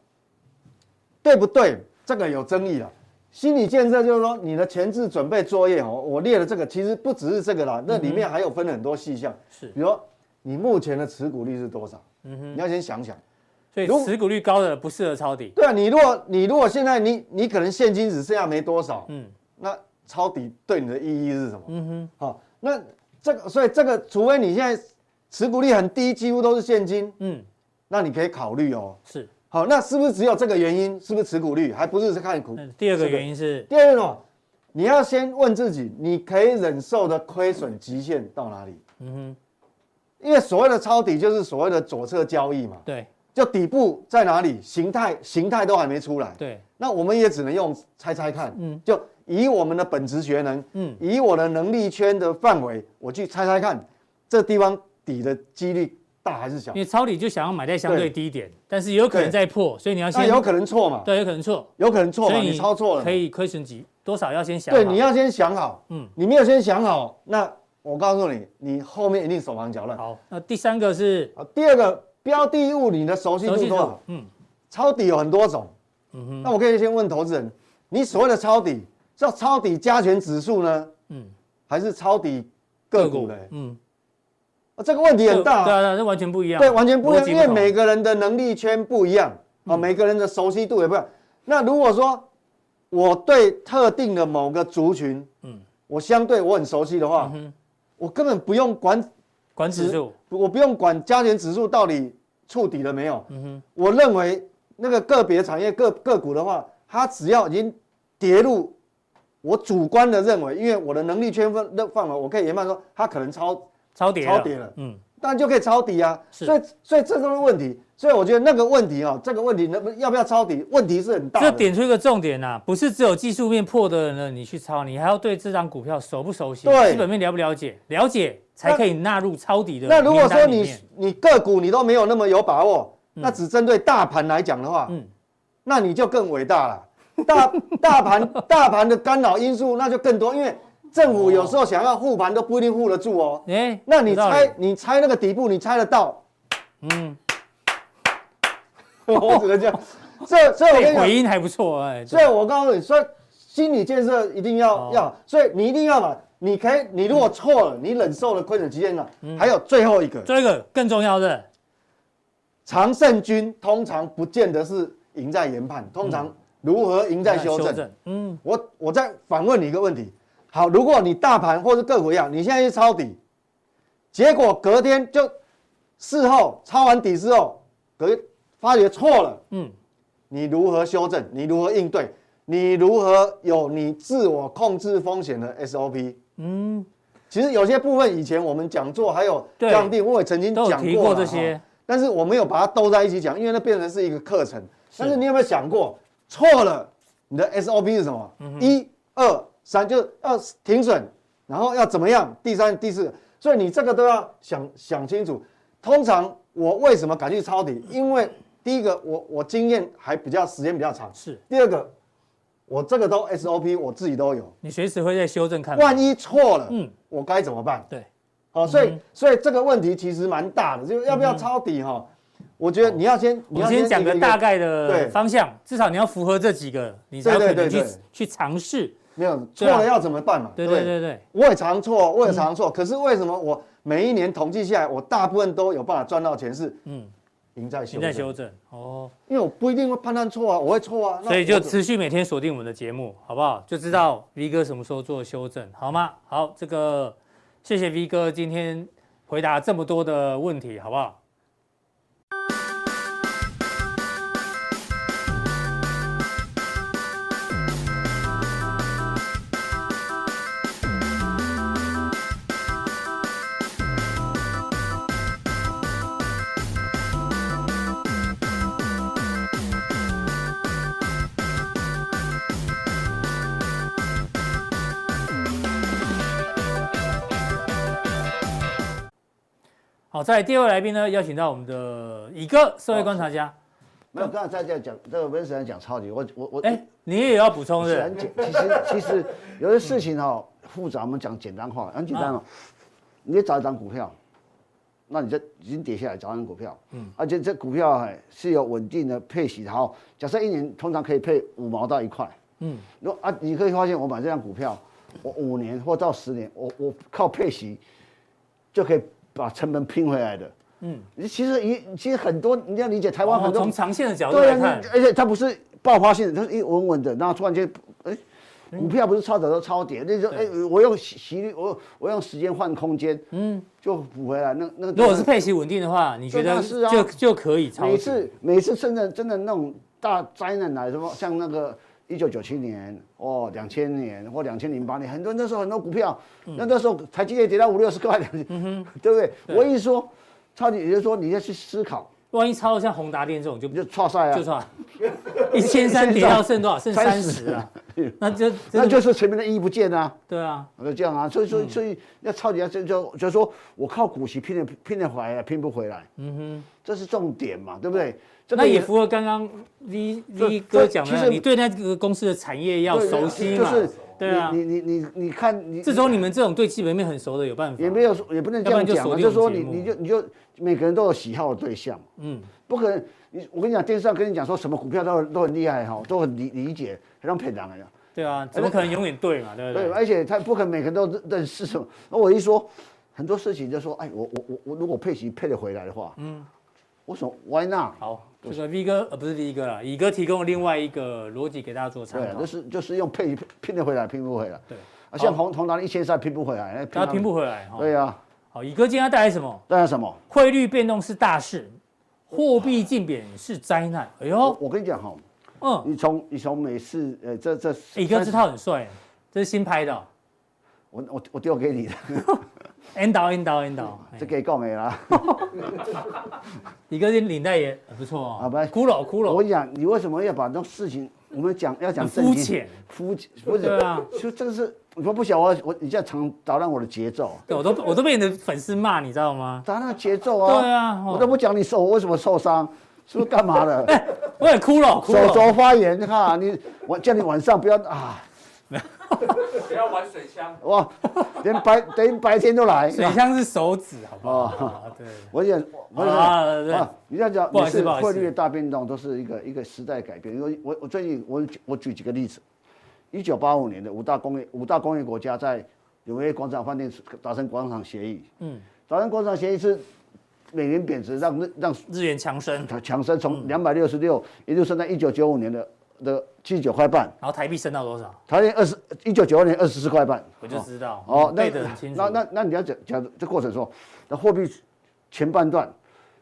F: 对不对？这个有争议了。心理建设就是说，你的前置准备作业哦，我列了这个，其实不只是这个啦，那里面还有分很多细项，
B: 嗯是
F: 比，如说你目前的持股率是多少，
B: 嗯哼，
F: 你要先想想。
B: 所以
F: 如
B: 持股率高的不适合抄底，
F: 对啊，你如果你如果现在你你可能现金只剩下没多少，
B: 嗯
F: 那抄底对你的意义是什么？
B: 嗯哼，
F: 好、那这个所以这个，除非你现在持股率很低，几乎都是现金，
B: 嗯
F: 那你可以考虑哦。
B: 是。
F: 好，那是不是只有这个原因？是不是持股率？还不是看股
B: 那？第二个原
F: 因。
B: 因是
F: 第二个哦，你要先问自己，你可以忍受的亏损极限到哪里？
B: 嗯
F: 因为所谓的抄底就是所谓的左侧交易嘛
B: 哼，，对
F: 就底部在哪里，形态形态都还没出来。
B: 对，
F: 那我们也只能用猜猜看，
B: 嗯
F: 就以我们的本职学能，
B: 嗯
F: 以我的能力圈的范围，我去猜猜看，这地方底的几率大还是小
B: 因？为抄底就想要买在相对
F: 对
B: 低点，但是有可能
F: 对
B: 再破，所以你要
F: 那
B: 先
F: 有可能错嘛？
B: 对，有可能错，
F: 有可能错
B: 所
F: 嘛？
B: 以
F: 你抄错了嘛，
B: 可以亏损几多少要先想好，
F: 对，你要先想好，
B: 嗯
F: 你没有先想好，那我告诉你，你后面一定手忙脚乱。
B: 好。那第三个是
F: 好，第二个标的物你的熟悉度
B: 熟悉
F: 多
B: 度
F: 少？，
B: 嗯
F: 抄底有很多种，
B: 嗯哼
F: 那我可以先问投资人，你所谓的抄底，叫抄底加权指数呢，
B: 嗯，
F: 还是抄底个股呢？
B: 嗯，
F: 哦这个问题很大、
B: 对啊，对啊，这完全不一样，
F: 对，完全不
B: 逻
F: 一样，
B: 辑
F: 因为
B: 同嗯
F: 每个人的能力圈不一样啊、哦，每个人的熟悉度也不一样。那如果说我对特定的某个族群，
B: 嗯
F: 嗯，我相对我很熟悉的话，
B: 哼
F: 我根本不用管，
B: 管指数，
F: 我不用管加权指数到底触底了没有。
B: 嗯哼，
F: 我认为那个个别产业个个股的话，它只要已经跌入，我主观的认为，因为我的能力圈分的范围，我可以研判说它可能超
B: 超跌，
F: 超跌了
B: 嗯，
F: 当然就可以抄底啊。
B: 是
F: 所以所以这都是问题，所以我觉得那个问题啊、这个问题能不要不要抄底，问题是很大
B: 这
F: 的。
B: 点出一个重点呐，不是只有技术面破的人呢，你去抄，你还要对这张股票熟不熟悉，
F: 对
B: 基本面了不了解，了解才
F: 那
B: 可以纳入抄底的
F: 那如
B: 名
F: 果说
B: 单里
F: 你
B: 面
F: 你个股你都没有那么有把握，那只针对大盘来讲的话，
B: 嗯
F: 那你就更伟大了。大大盘大盘的干扰因素那就更多，因为政府有时候想要护盘都不一定护得住哦。
B: 哎，
F: 那你
B: 有道理
F: 猜你猜那个底部，你猜得到？
B: 嗯，
F: 我只能这样。这这我跟
B: 这
F: 你讲
B: 回，音还不错哎，
F: 所以我告诉你，所以心理建设一定要、
B: 哦嗯
F: 要，所以你一定要嘛。你可以，你如果错了，你忍受了亏损期限了。还有最后一个，
B: 最后一个更重要的，
F: 常胜军通常不见得是赢在研判，通常如何赢在修正。，
B: 嗯，
F: 我我再反问你一个问题：好，如果你大盘或是个股一样，你现在去抄底，结果隔天就事后抄完底之后，隔发觉错了，
B: 嗯，
F: 你如何修正？你如何应对？你如何有你自我控制风险的 SOP？
B: 嗯，
F: 其实有些部分以前我们讲座还有
B: 对
F: 讲定，我也曾经
B: 都有
F: 讲
B: 提
F: 过
B: 过
F: 啦
B: 这些
F: 哈但是我没有把它兜在一起讲，因为那变成是一个课程。但是你有没有想过，错了，你的 SOP 是什么？
B: 嗯
F: 一、二、三，就是要停损，然后要怎么样？第三、第四个，所以你这个都要想想清楚。通常我为什么敢去抄底？因为第一个，我我经验还比较时间比较长；
B: 是
F: 第二个，我这个都 SOP 我自己都有。
B: 你随时会在修正看法，
F: 万一错了，
B: 嗯
F: 我该怎么办？
B: 对，嗯
F: 好、所以、所以这个问题其实蛮大的，就是要不要抄底哈、我觉得你要先，你
B: 我
F: 要
B: 先讲
F: 一个
B: 个
F: 一个
B: 大，概的
F: 对
B: 方向，至少你要符合这几个，你才有
F: 对
B: 可
F: 对
B: 能去
F: 对
B: 去尝试。
F: 没有错
B: 对啊
F: 了要怎么办嘛？
B: 对对嗯对对，
F: 我也常错，我也常错，可是为什么我每一年统计下来，我大部分都有办法赚到钱是
B: 嗯，
F: 赢在修
B: 你
F: 正，
B: 在修正哦，
F: 因为我不一定会判断错啊，我会错啊，那
B: 所以就
F: 我怎
B: 持续每天锁定我们的节目，好不好？就知道 V 哥什么时候做修正，好吗？好，这个谢谢 V 哥今天回答这么多的问题，好不好？好，再来第二位来宾呢，邀请到我们的乙哥社会观察家。
F: 哦
D: 没有，刚才在这讲，这个温斯兰讲超级，我我我，
B: 哎，你也有要补充
D: 是
B: 是
D: 很简，其实其实有的事情哈、复杂，我们讲简单化，很简单哦。你找一张股票，那你这已经跌下来，找一张股票，嗯，而且这股票哎是有稳定的配息的哈。假设一年通常可以配五毛到一块，嗯，如果啊，你可以发现我买这张股票，我五年或到十年，我我靠配息就可以把成本拼回来的。嗯，哦其实一其实很多你要理解台湾
B: 不是？
D: 很多
B: 哦从长线的角度
D: 对
B: 来
D: 啊
B: 看，，
D: 而且它不是爆发性的，它是一稳稳的，然后突然间，哎，
B: 嗯
D: 股票不是超涨都超跌，那时候哎，我用息息率，我我用时间换空间，嗯，就补回来。那那
B: 如果是配息稳定的话，你觉
D: 对
B: 得
D: 那是啊
B: 就就可以超
D: 每
B: 值
D: 次每次真的真的那种大灾难来什么，像那个一九九七年哦，两千年或两千零八年，很多那时候很多股票，
B: 嗯
D: 那那时候台积电跌到五六十块，对不对？我一说，超级也就是说你要去思考，
B: 万一超像宏达电这种就
D: 你就错赛啊，
B: 就算一千三跌到剩多少？剩三十啊，那就
D: 那
B: 真的
D: 就是前面的意义不见啊。
B: 对啊，
D: 我就这样啊，所以所以所以要超级要就就就说我靠股息拼的拼得回来，拼不回来，嗯哼，这是重点嘛，对不对？这个
B: 那也符合刚刚 V V 哥讲
D: 这
B: 的，啊
D: 其实
B: 你对那个公司的产业要
D: 对啊
B: 熟悉
D: 就
B: 嘛
D: 是，
B: 对啊
D: 你。你你你你看你
B: 这种你们这种对基本面很熟的有办法，
D: 也没有说也不能这
B: 要
D: 样讲
B: 不
D: 啊，
B: 然
D: 就
B: 就锁定
D: 是说
B: 我
D: 你
B: 们节目
D: 你就你就每个人都有喜好的对象，嗯，不可能，你我跟你讲，电视上跟你讲说什么股票都很都很厉害哈，都很理理解，很让骗人的。
B: 对啊，怎么可能永远对嘛，对不
D: 对，哎
B: 对？
D: 而且他不可能每个人都认认识什么。那我一说很多事情，就说，哎，我我我我如果配息配得回来的话，嗯，我说 why not？
B: 好，这个 V 哥呃不是 V 哥啦，乙哥提供另外一个逻辑给大家做参
D: 对啊，
B: 考
D: 就，是就是用配拼得回来，拼不回来。
B: 对，
D: 啊，像红红达一千三拼不回来，那
B: 大家拼
D: 不
B: 不回来哈。哦
D: 对啊，
B: 好，乙哥今天要带来什么？
D: 当然什么？
B: 汇率变动是大事，货币竞贬是灾难。哎
D: 我
B: 呦，
D: 我跟你讲哈，
B: 嗯，哎
D: 你从你从每次呃这这
B: 乙哥
D: 30
B: 这套很帅，这是新拍的哦
D: 我我我丢给你的，
B: 哎，end 导 end 导 end 导。哎
D: 嗯这给告没啦。
B: 乙哥这领带也很不错哦，
D: 啊不
B: 骷髅骷
D: 我跟
B: 髅，
D: 你讲，你为什么要把这种事情，我们讲要讲
B: 很
D: 正
B: 肤
D: 经
B: 浅，
D: 肤浅不是
B: 对啊，
D: 就这个是我不晓得我我你这样常打乱我的节奏。啊
B: 对我都我都被你的粉丝骂，你知道吗？
D: 打那节奏啊！
B: 对啊，
D: 我都
B: 哦哎
D: 不讲你手为什么受伤，是不是干 嘛的？
B: 我也骷髅骷
D: 手
B: 髅。
D: 肘发炎，你看啊你，我叫你晚上不要啊，
C: 不要玩水枪，
D: 哇，连白连白天都来。哦
B: 水箱 是啊手指，好不好？啊对，
D: 我讲，我
B: 啊
D: 讲，
B: 对
D: 哇，你这样讲，
B: 不好意思
D: 每次
B: 不好意思
D: 汇率的大变动都是一个一个时代改变。因为我我最近我举我举几个例子，一九八五年的五大工业五大工业国家在纽约广场饭店达成广场协议，嗯，达成广场协议是美元贬值让让
B: 日元强升，然
D: 它强升从两百六十六，也就是在一九九五年的的七十九块半，
B: 后台币升到多少？
D: 它那二十一九九二年二十四块半。
B: 我就知道，
D: 哦，那
B: 背得很清楚。
D: 那那那你要讲讲这过程说，那货币前半段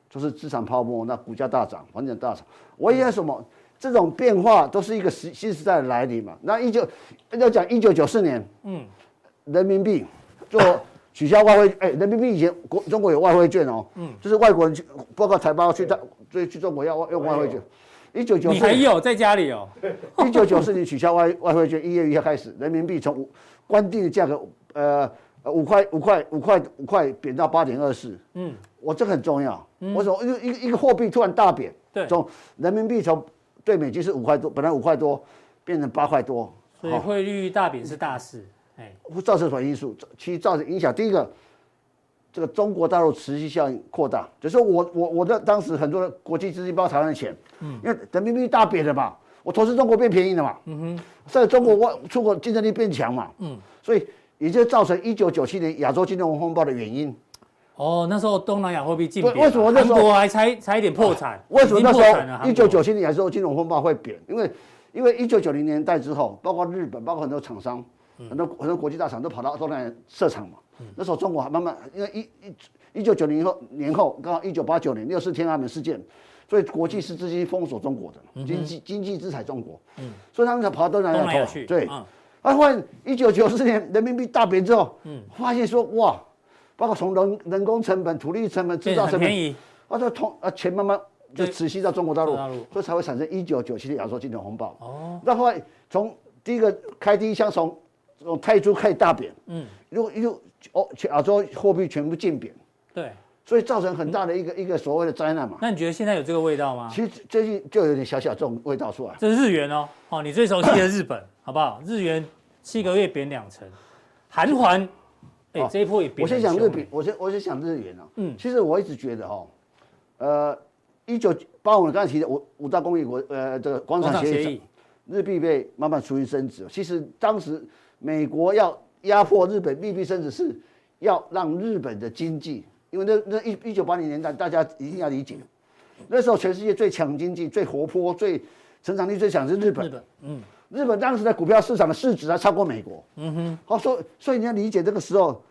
D: 就是资产泡沫，那股价大涨，房地产大涨。我
B: 嗯
D: 也什么这种变化都是一个时新时代的来临嘛。那一九要讲一九九四年，嗯，人民币做取消外汇，哎、人民币以前国中国有外汇券哦，嗯，就是外国人去，包括台胞去到去去中国要用外汇券。一九九
B: 你
D: 四
B: 还有在家里哦？
D: 一九九四年取消外外汇券，一月一号开始，人民币从五官定的价格，呃，呃五块五块五块五块贬到八点二四。嗯，我这个很重要。我说，因为一个一个货币突然大贬，
B: 嗯对
D: 从人民币从对美金是五块多，本来五块多变成八块多，
B: 所以汇率大贬是大事。哎，
D: 会造成什么因素？其实造成影响，第一个，这个中国大陆持续效应扩大，就是说我我我的当时很多的国际资金包台湾的钱，嗯，因为人民币大贬了嘛，我投资中国变便宜了嘛，嗯哼，在中国外出口竞争力变强嘛，嗯，所以也就造成一九九七年亚洲金融风暴的原因。
B: 哦，那时候东南亚货币禁
D: 对
B: 贬啊，
D: 为什么那
B: 韩
D: 时候啊
B: 国还差差一点破产？
D: 为什么
B: 已经
D: 那
B: 破产
D: 时
B: 了
D: 候
B: 韩
D: 一九
B: 国
D: 九七年亚洲金融风暴会贬？因为因为一九九零年代之后，包括日本，包括很多厂商，很
B: 嗯
D: 多很多国际大厂都跑到东南亚设厂嘛。那时候中国还慢慢，因为一一一九九零后年后，刚好一九八九年六四天安门事件，所以国际是资金封锁中国的，经济经济制裁中国，所以他们才跑到东
B: 嗯
D: 南
B: 东南亚
D: 亚
B: 去？
D: 去。对，
B: 嗯
D: 啊，发现一九九四年人民币大贬之后，
B: 嗯
D: 发现说哇，包括从人人工成本、土地成本、制
B: 变
D: 造
B: 得
D: 成
B: 很
D: 本
B: 便，宜。
D: 啊，这同啊钱慢慢就
B: 对
D: 持续到中国大
B: 中
D: 陆
B: 国大陆，
D: 所以才会产生一九九七年亚洲金融风暴。哦，那后来从第一个开第一枪从从泰铢开始大贬，嗯，如果一路哦全亚洲货币全部净贬，
B: 对，
D: 所以造成很大的一个一个所谓的灾难嘛。
B: 嗯那你觉得现在有这个味道吗？
D: 其实最近就有点小小这种味道出来。
B: 这是日元哦，哦，你最熟悉的日 本好不好？日元七个月贬两成，韩环，哎、
D: 哦
B: 这一波也贬
D: 我
B: 很
D: 先
B: 凶。欸哎
D: 讲日本，我先我先讲日元啊。
B: 嗯
D: 嗯，其实我一直觉得哈，呃，一九包括我刚才提的五五大公益国呃这个广
B: 广
D: 场
B: 场
D: 协
B: 协
D: 议
B: 议，，
D: 日币被慢慢处于升值。其实当时美国要压迫日本利币升值，是要让日本的经济，因为那那一一九八零年代大家一定要理解，那时候全世界最强经济、最活泼、最成长力最强是日本。
B: 日本，嗯，
D: 日本当时的股票市场的市值还超过美国。嗯哼，好，所以所以你要理解这个时候，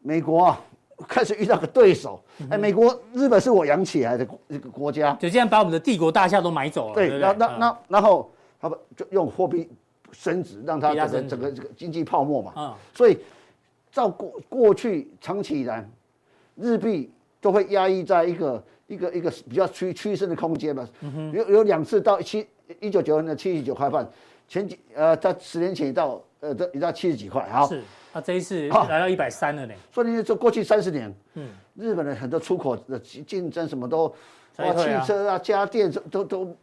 D: 美国啊开始遇到个对手。哎，美国、日本是我养起来的国一个国家。
B: 就这样把我们的帝国大厦都买走了。对不对，
D: 对，那那
B: 嗯
D: 那然后他们就用货币升值，让它
B: 逼它
D: 整个
B: 升值
D: 整个这个经济泡沫嘛。
B: 嗯
D: 所以照过过去长期以来，日币都会压抑在一个一个一个比较趋趋升的空间嘛。
B: 嗯
D: 有有两次到七一九九二年的七十九块半，前几呃，在十年前也到呃，这也到七十几块。好，
B: 是，那这一次
D: 好
B: 来到一百三了呢，
D: 所以你说过去三十年，
B: 嗯
D: 嗯，日本的很多出口的竞竞争什么都。
B: 衰
D: 哇，汽
B: 退啊
D: 车啊，家电都都都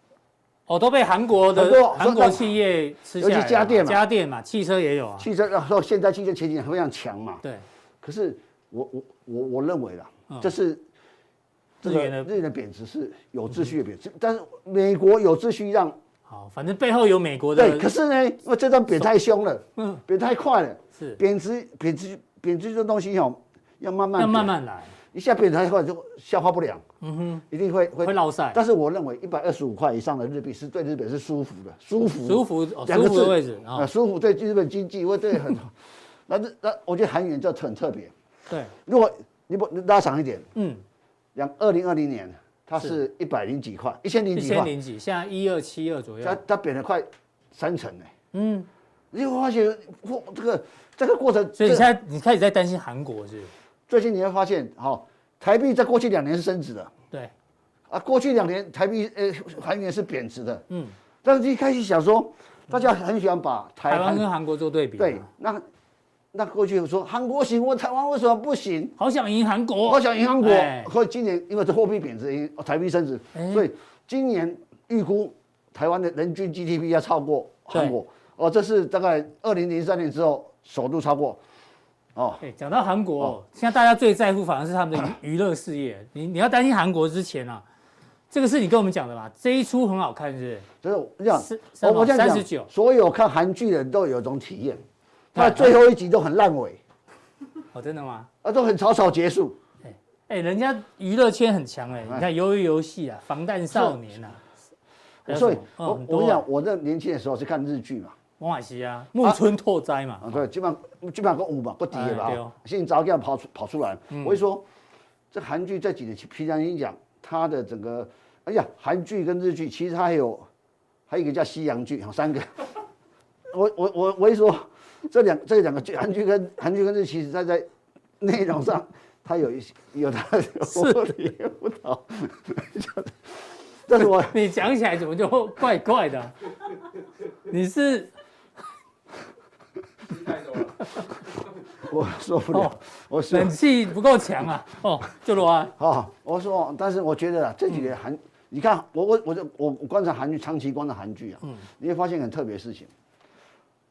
B: 哦，都被韩国
D: 很多
B: 的韩国
D: 那
B: 企业吃下
D: 尤其
B: 来了
D: 家
B: 嘛
D: 电嘛
B: 家电嘛，汽车也有啊。
D: 汽车，然后现在汽车前景非常强嘛。
B: 对，
D: 可是我我我我认为啦
B: 嗯，
D: 这是这
B: 日
D: 个
B: 元的
D: 日元的贬值是有秩序的贬值，但是美国有秩序让
B: 好，反正背后有美国的。
D: 对，可是呢，因为这段贬太凶了，
B: 嗯
D: 贬太快了，
B: 是
D: 贬值贬值贬值这东西哦，要慢慢
B: 要
D: 贬
B: 慢慢来，
D: 一下贬太快就消化不良，嗯哼，一定会会
B: 会落塞
D: 但是我认为一百二十五块以上的日币是对日本是舒服的，舒服
B: 舒服哦
D: 两个
B: 舒服的
D: 字
B: 位置啊
D: 啊，舒服对日本经济会 对很，那这那我觉得韩元就很特别。
B: 对，
D: 如果你不你拉长一点，
B: 嗯，
D: 两二零二零年它是一百零几块，一千零
B: 一
D: 几
B: 嗯千
D: 块，
B: 零几，现在一二七二左
D: 它
B: 右。
D: 它贬了快三成呢。
B: 嗯，
D: 你会发现，过这个这个过程，
B: 所以你
D: 这
B: 现在你开始在担心韩国是不是？
D: 最近你会发现，好、台币在过去两年是升值的
B: 对，
D: 啊，过去两年台币呃韩元是贬值的，
B: 嗯，
D: 但是一开始想说，大家很喜欢把台
B: 台湾
D: 湾
B: 跟韩国做对比。啊
D: 对，那那过去说韩国行，我台湾为什么不行？
B: 好想赢韩国。
D: 我想银行股
B: 哎，
D: 所以今年因为这货币贬值，因台币升值
B: 哎，
D: 所以今年预估台湾的人均 GDP 要超过韩国，哦，这是大概二零零三年之后首度超过，哦，
B: 哎，讲到韩国，现在大家最在乎反而是他们的娱娱乐事业。你你要担心韩国之前啊，这个是你跟我们讲的嘛？这一出很好看，是不是？
D: 所以我讲
B: 是，三
D: 我我这样
B: 39
D: 讲，所有看韩剧的人都有一种体验，他最后一集都很烂尾，
B: 哦，真的吗？
D: 啊，都很草草结束，
B: 哎、人家娱乐圈很强哎、你看《鱿鱼游戏》啊，《防弹少年》啊，还有
D: 所以
B: 什么嗯
D: 我
B: 很多啊
D: 我跟你讲，我那年轻的时候是看日剧嘛，
B: 王海西啊，木村拓哉嘛，
D: 啊，对，基本上基本上跟五嘛，不低的
B: 哎对哦嗯
D: 吧，现在早这样跑出跑出来，我一说，这韩剧这几年，平常心讲，它的整个，哎呀，韩剧跟日剧，其实它还有，还有一个叫西洋剧，哈，三个， 我我我我一说，这两这两个剧，韩剧跟韩剧跟日，其实它在内容上，它有一些有它的我理不到， 但是我
B: 你讲起来怎么就怪怪的啊、 你是
C: 听太多了。
D: 我受不了
B: 哦，
D: 我受不了
B: 冷气不够强啊？哦，就罗啊，
D: 啊，我说，但是我觉得啊，这
B: 嗯
D: 几年韩，你看我我我就我我观察韩剧，长期观察韩剧
B: 嗯
D: 啊，你会发现很特别的事情。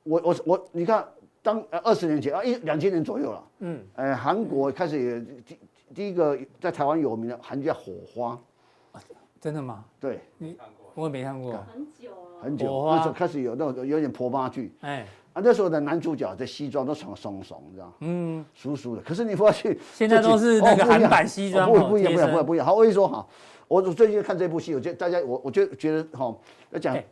D: 我我我，你看，当二十年前啊，一两千年左右了，
B: 嗯，
D: 呃，韩国开始有第第一个在台湾有名的韩剧叫《火花》，
B: 真的吗？
D: 对，
C: 看过。
B: 我也没看
D: 啊
B: 过。
E: 很久了，
D: 很久
B: 火花
D: 那时候开始有那种有点婆妈剧
B: 哎，
D: 啊，那时候的男主角在西装都怂怂怂，你知道吗。
B: 嗯，
D: 叔叔的。可是你发现
B: 现在都是那个韩版西装
D: 哦不
B: 哦
D: 不一样，不一
B: 贴身
D: 样，不一样，不一样。好，我跟你说哈，我我最近看这部戏，我觉得大家我我就觉得哈，要讲
B: 哎，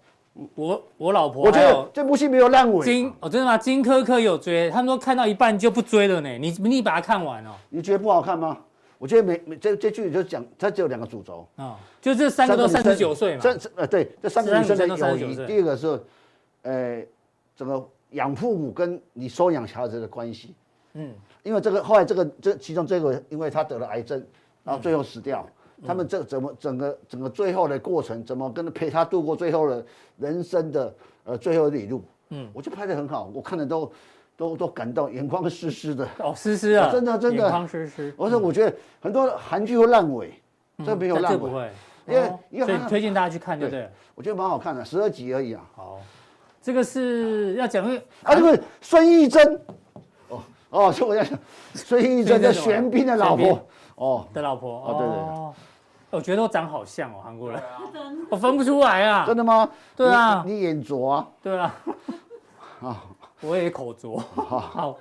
B: 我我老婆
D: 我觉
B: 还
D: 得
B: 有
D: 这部戏没有烂尾，
B: 金哦，真的吗？金科科有追，他们说看到一半就不追了呢。你你把它看完哦，
D: 你觉得不好看吗？我觉得每每这这剧就讲，它只有两个主轴，
B: 哦，就这三个都三
D: 女生
B: 十九岁嘛，
D: 这这呃对，这三个女生的
B: 三个
D: 友
B: 女生都39
D: 谊，
B: 岁
D: 第一个是，呃，整个养父母跟你收养小孩子的关系，
B: 嗯，
D: 因为这个后来这个这其中这个，因为他得了癌症，然后最后死掉。他们这怎么整个整个最后的过程，怎么跟他陪他度过最后的人生的呃最后的一路？嗯，我就拍得很好，我看的都都都感动，眼眶湿湿的。
B: 哦，湿湿啊，
D: 真的真的
B: 眼眶湿湿。
D: 我说，我觉得很多韩剧会烂尾，这没有
B: 嗯但这
D: 烂
B: 不
D: 尾，
B: 会，
D: 因为
B: 哦
D: 因为
B: 所以
D: 它
B: 推荐大家去看，对不
D: 对
B: 对？
D: 我觉得蛮好看的，十二集而已啊。
B: 好，这个是要讲，因为
D: 啊，这个孙艺珍，哦哦，是我在想， 孙艺珍
B: 孙艺珍
D: 的
B: 是吧
D: 玄彬的老
B: 玄彬
D: 婆，哦，
B: 的老婆哦
D: 哦对对
B: 对，我觉得都长好像哦，韩国人，
C: 啊，
E: 真
B: 我分不出来啊
D: 真，的吗？
B: 对啊
D: 你你眼拙啊，
B: 对 啊，我也口拙，好。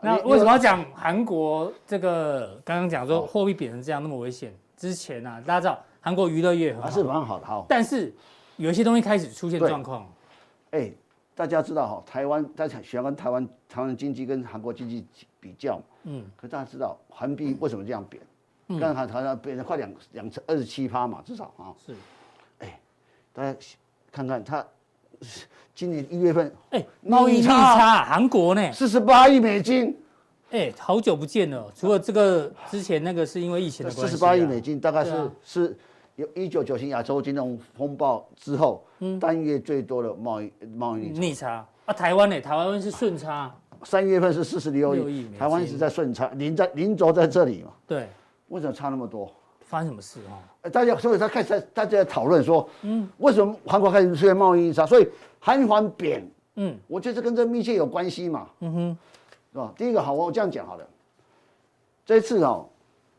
B: 那
D: 哦啊你你
B: 为什么要讲韩国这个？刚刚讲说
D: 哦
B: 货币贬成这样那么危险，之前啊，大家知道韩国娱乐业很好
D: 啊还是蛮好的哈。
B: 但是有一些东西开始出现
D: 对
B: 状况，
D: 哎，大家知道哈，台湾大家喜欢跟台湾台湾的经济跟韩国经济比较，
B: 嗯，
D: 可大家知道韩币为什么这样贬？刚才好像贬了快两两成二十七趴嘛，至少啊，
B: 是，
D: 大家看看它今年一月份
B: 哎，贸易逆
D: 逆
B: 差，韩国呢，
D: 四十八亿美金，
B: 哎，好久不见了，除了这个之前那个是因为疫情的
D: 四
B: 关系啊，
D: 十八亿美金大概
B: 对
D: 是
B: 啊
D: 是有一九九七亚洲金融风暴之后
B: 嗯
D: 单月最多的贸易贸易逆差
B: 逆差啊，台湾呢，台湾是顺差，
D: 三月份是四十六
B: 六亿
D: 亿
B: 美，金
D: 台湾一直在顺差，零在零轴在这里嘛，
B: 对，
D: 为什么差那么多？
B: 发生什么事哦？
D: 呃大家所以他开始在大家在讨论说，嗯，为什么韩国开始出现贸易逆差？所以韩环贬，
B: 嗯，
D: 我觉得这跟这密切有关系嘛，嗯哼，是吧？第一个好，我这样讲好了，这一次哦，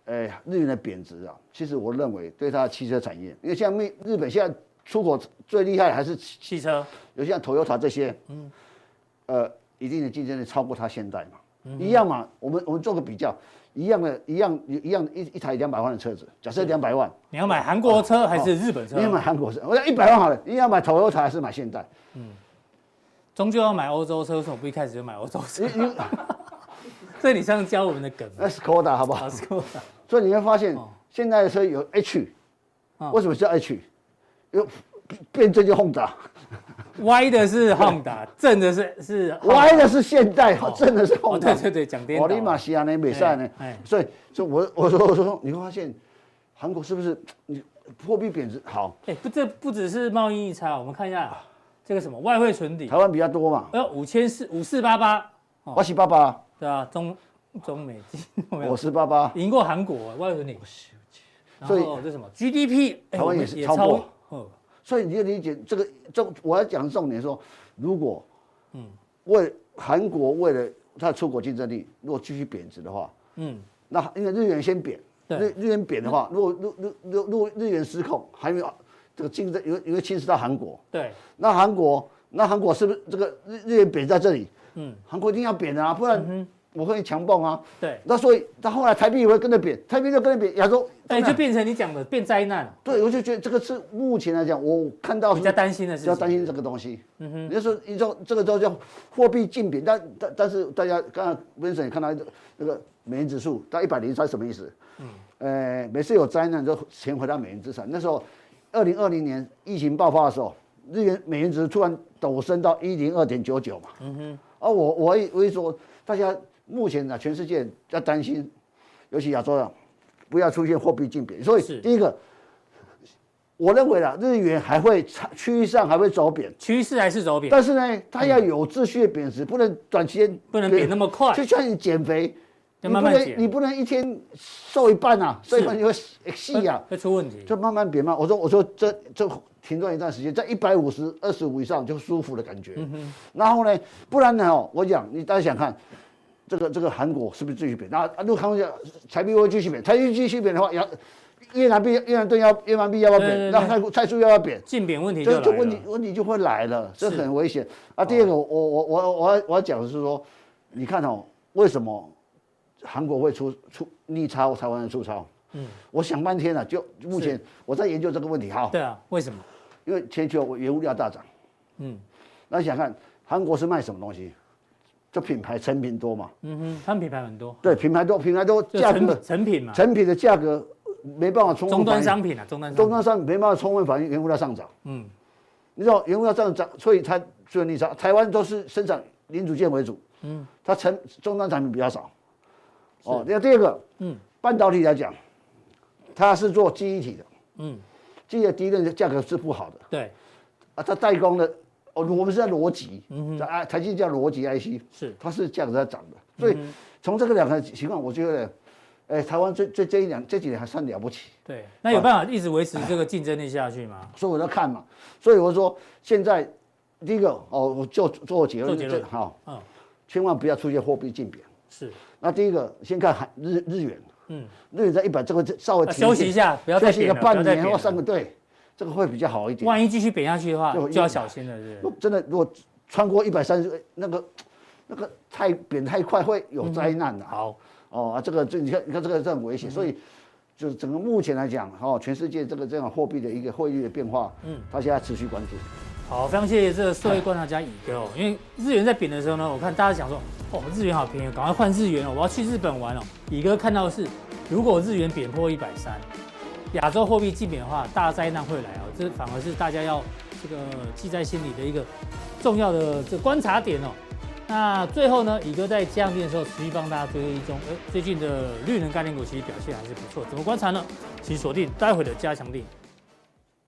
D: 哎，日元的贬值啊，其实我认为对它的汽车产业，因为像日日本现在出口最厉害的还是
B: 汽车，
D: 有像 Toyota 这些，嗯，呃，一定的竞争力超过它现代嘛，一样嘛。我们我们做个比较，一样的，一样一样一一台两百万的车子，假设两百万，
B: 你要买韩国车还是日本车
D: 哦你？要买韩国车，我讲一百万好了，你要买 Toyota 还是买现代？
B: 终究要买欧洲车，为什么不一开始就买欧洲车
D: 你？你
B: 这你上次教我们的梗
D: 那 Skoda 好不好
B: 啊，？ 是吗
D: 所以你会发现
B: 哦，
D: 现在的车有 H，
B: 嗯
D: 为什么叫 H？有变这就 Honda，
B: 歪的是 Honda，正的是是
D: 歪的是现代，真的是
B: 哦，对
D: Honda。
B: 对对，讲颠倒
D: 我
B: 了。
D: 立马西亚呢，美赛呢
B: 哎哎，
D: 所以，所以我我说我说，你会发现，韩国是不是你货币贬值好？
B: 哎，不，这不只是贸易逆差，我们看一下这个什么外汇存底
D: 台，湾比较多嘛，
B: 哎呦，五千四五四八八，
D: 我是爸爸，
B: 对啊，中中美金，有哦没有
D: 我是爸爸，
B: 赢过韩国外汇存底。
D: 所以
B: 然后这什么 GDP，哎
D: 台湾
B: 我们
D: 也是超过。
B: 哦
D: 所以你就理解这个重，我要讲重点说，如果，嗯，为韩国为了它的出口竞争力，如果继续贬值的话，
B: 嗯，
D: 那因为日元先贬，
B: 对
D: 日日元贬的话，如果如如如如果日元失控，还没有这个竞争，有有会侵蚀到韩国，
B: 对，
D: 那韩国那韩国是不是这个日日元贬在这里？
B: 嗯，
D: 韩国一定要贬啊，不然我会强蹦啊。
B: 对，
D: 那所以，他后来台币也会跟着贬，台币就跟着贬，亚洲
B: 哎，就变成你讲的变灾难，
D: 对，我就觉得这个是目前来讲，我看到
B: 比较担心的事
D: 比
B: 情。
D: 较担心这个东西。嗯哼，你就说你说这个都叫货币竞品，但但但是大家刚刚温森也看到那个美元指数到一百零三什么意思？嗯，呃，每次有灾难就钱回到美元资产。那时候，二零二零年疫情爆发的时候，日元美元指数突然陡升到一零二点九九嘛。嗯哼，而我我一我一说，大家目前呢、全世界要担心，尤其亚洲啊，不要出现货币竞品。所以
B: 是
D: 第一个。我认为啦，日元还会差趋势上还会走贬，
B: 趋势还是走贬，
D: 但是呢，它要有秩序的贬值，不能短期间
B: 嗯不能贬那么快
D: 就像你减肥，
B: 要
D: 你不
B: 慢慢
D: 能
B: 减
D: 你不能一天瘦一半啊，瘦一半你会细啊，
B: 会出问题。
D: 就慢慢贬嘛。我说我说这这停顿一段时间，在一百五十二十五以上就舒服的感觉。
B: 嗯
D: 然后呢，不然呢哦，我讲你大家想看。这个这个韩国是不是继续贬？那啊如果韩国讲台币会继续贬，台币继续贬的话，要越南币越南盾要越南币要不要
B: 对对
D: 贬？
B: 对
D: 那泰国泰铢要不要贬？
B: 进贬问题就
D: 这
B: 来
D: 这问
B: 了
D: 题。问题就会来了，这
B: 是哦
D: 很危险啊。第二个，我我我我要我要讲的是说，你看哦，为什么韩国会出出逆差，台湾的出超？嗯，我想半天了、就目前我在研究这个问题。好，
B: 对啊，为什么？
D: 因为全球原物料大涨，
B: 嗯
D: 嗯，那你想看韩国是卖什么东西？就品牌成品多嘛？
B: 嗯哼，他们品牌很多，
D: 对，品牌多，品牌多，
B: 就
D: 价格
B: 成成品嘛，
D: 成品的价格没办法充分
B: 终端
D: 反映
B: 商品啊，终端商
D: 终
B: 品
D: 端商品没办法充分反映原物料上涨。
B: 嗯
D: 嗯，你知道原物料上涨，所以它出现逆差。台湾都是生产零组件为主，嗯，它成终端产品比较少。哦，那第二个，
B: 嗯
D: 嗯，半导体来讲，它是做记忆体的，
B: 嗯
D: 嗯，记忆的第一的价格是不好的
B: 对，
D: 啊，它代工的哦，我们是在逻辑，
B: 嗯哼，
D: 啊，台积电叫逻辑 IC，
B: 是，
D: 它是这样子在涨的。所以
B: 嗯哼
D: 从这个两个情况，我觉得，哎，台湾这这这一两这几年还算了不起，
B: 对，那有办法一直维持这个竞争力下去吗？
D: 所以我在看嘛。所以我说现在第一个哦，我就做结
B: 做
D: 论，
B: 结论
D: 这好，
B: 嗯，
D: 千万不要出现货币竞贬。
B: 是，
D: 那第一个先看韩日日元，
B: 嗯，
D: 日元在一百，这个稍微
B: 啊
D: 停
B: 休息一下，不要再
D: 休息一
B: 贬
D: 个
B: 了，不要
D: 半
B: 再
D: 年
B: 贬
D: 或三个，
B: 了。
D: 对，这个会比较好一点。
B: 万一继续贬下去的话，
D: 就
B: 就要小心了，是不是
D: 如果真的如果穿过一百三十，那个那个太贬太快会有灾难的、啊。
B: 嗯好，嗯
D: 哦啊，这个这你看你看这个是很危险，所以就是整个目前来讲，哦，全世界这个这样货币的一个汇率的变化，
B: 嗯
D: 嗯，大家持续关注。
B: 好，非常谢谢这个社会观察家乙哥哦，因为日元在贬的时候呢，我看大家想说，哦，日元好便宜，赶快换日元哦，我要去日本玩哦。乙哥看到的是，如果日元贬破一百三，亚洲货币竞贬的话，大灾难会来哦，这反而是大家要这个记在心里的一个重要的这观察点哦。那最后呢，乙哥在降定的时候，持续帮大家追踪，呃哎，最近的绿能概念股其实表现还是不错，怎么观察呢？请锁定待会的加强定。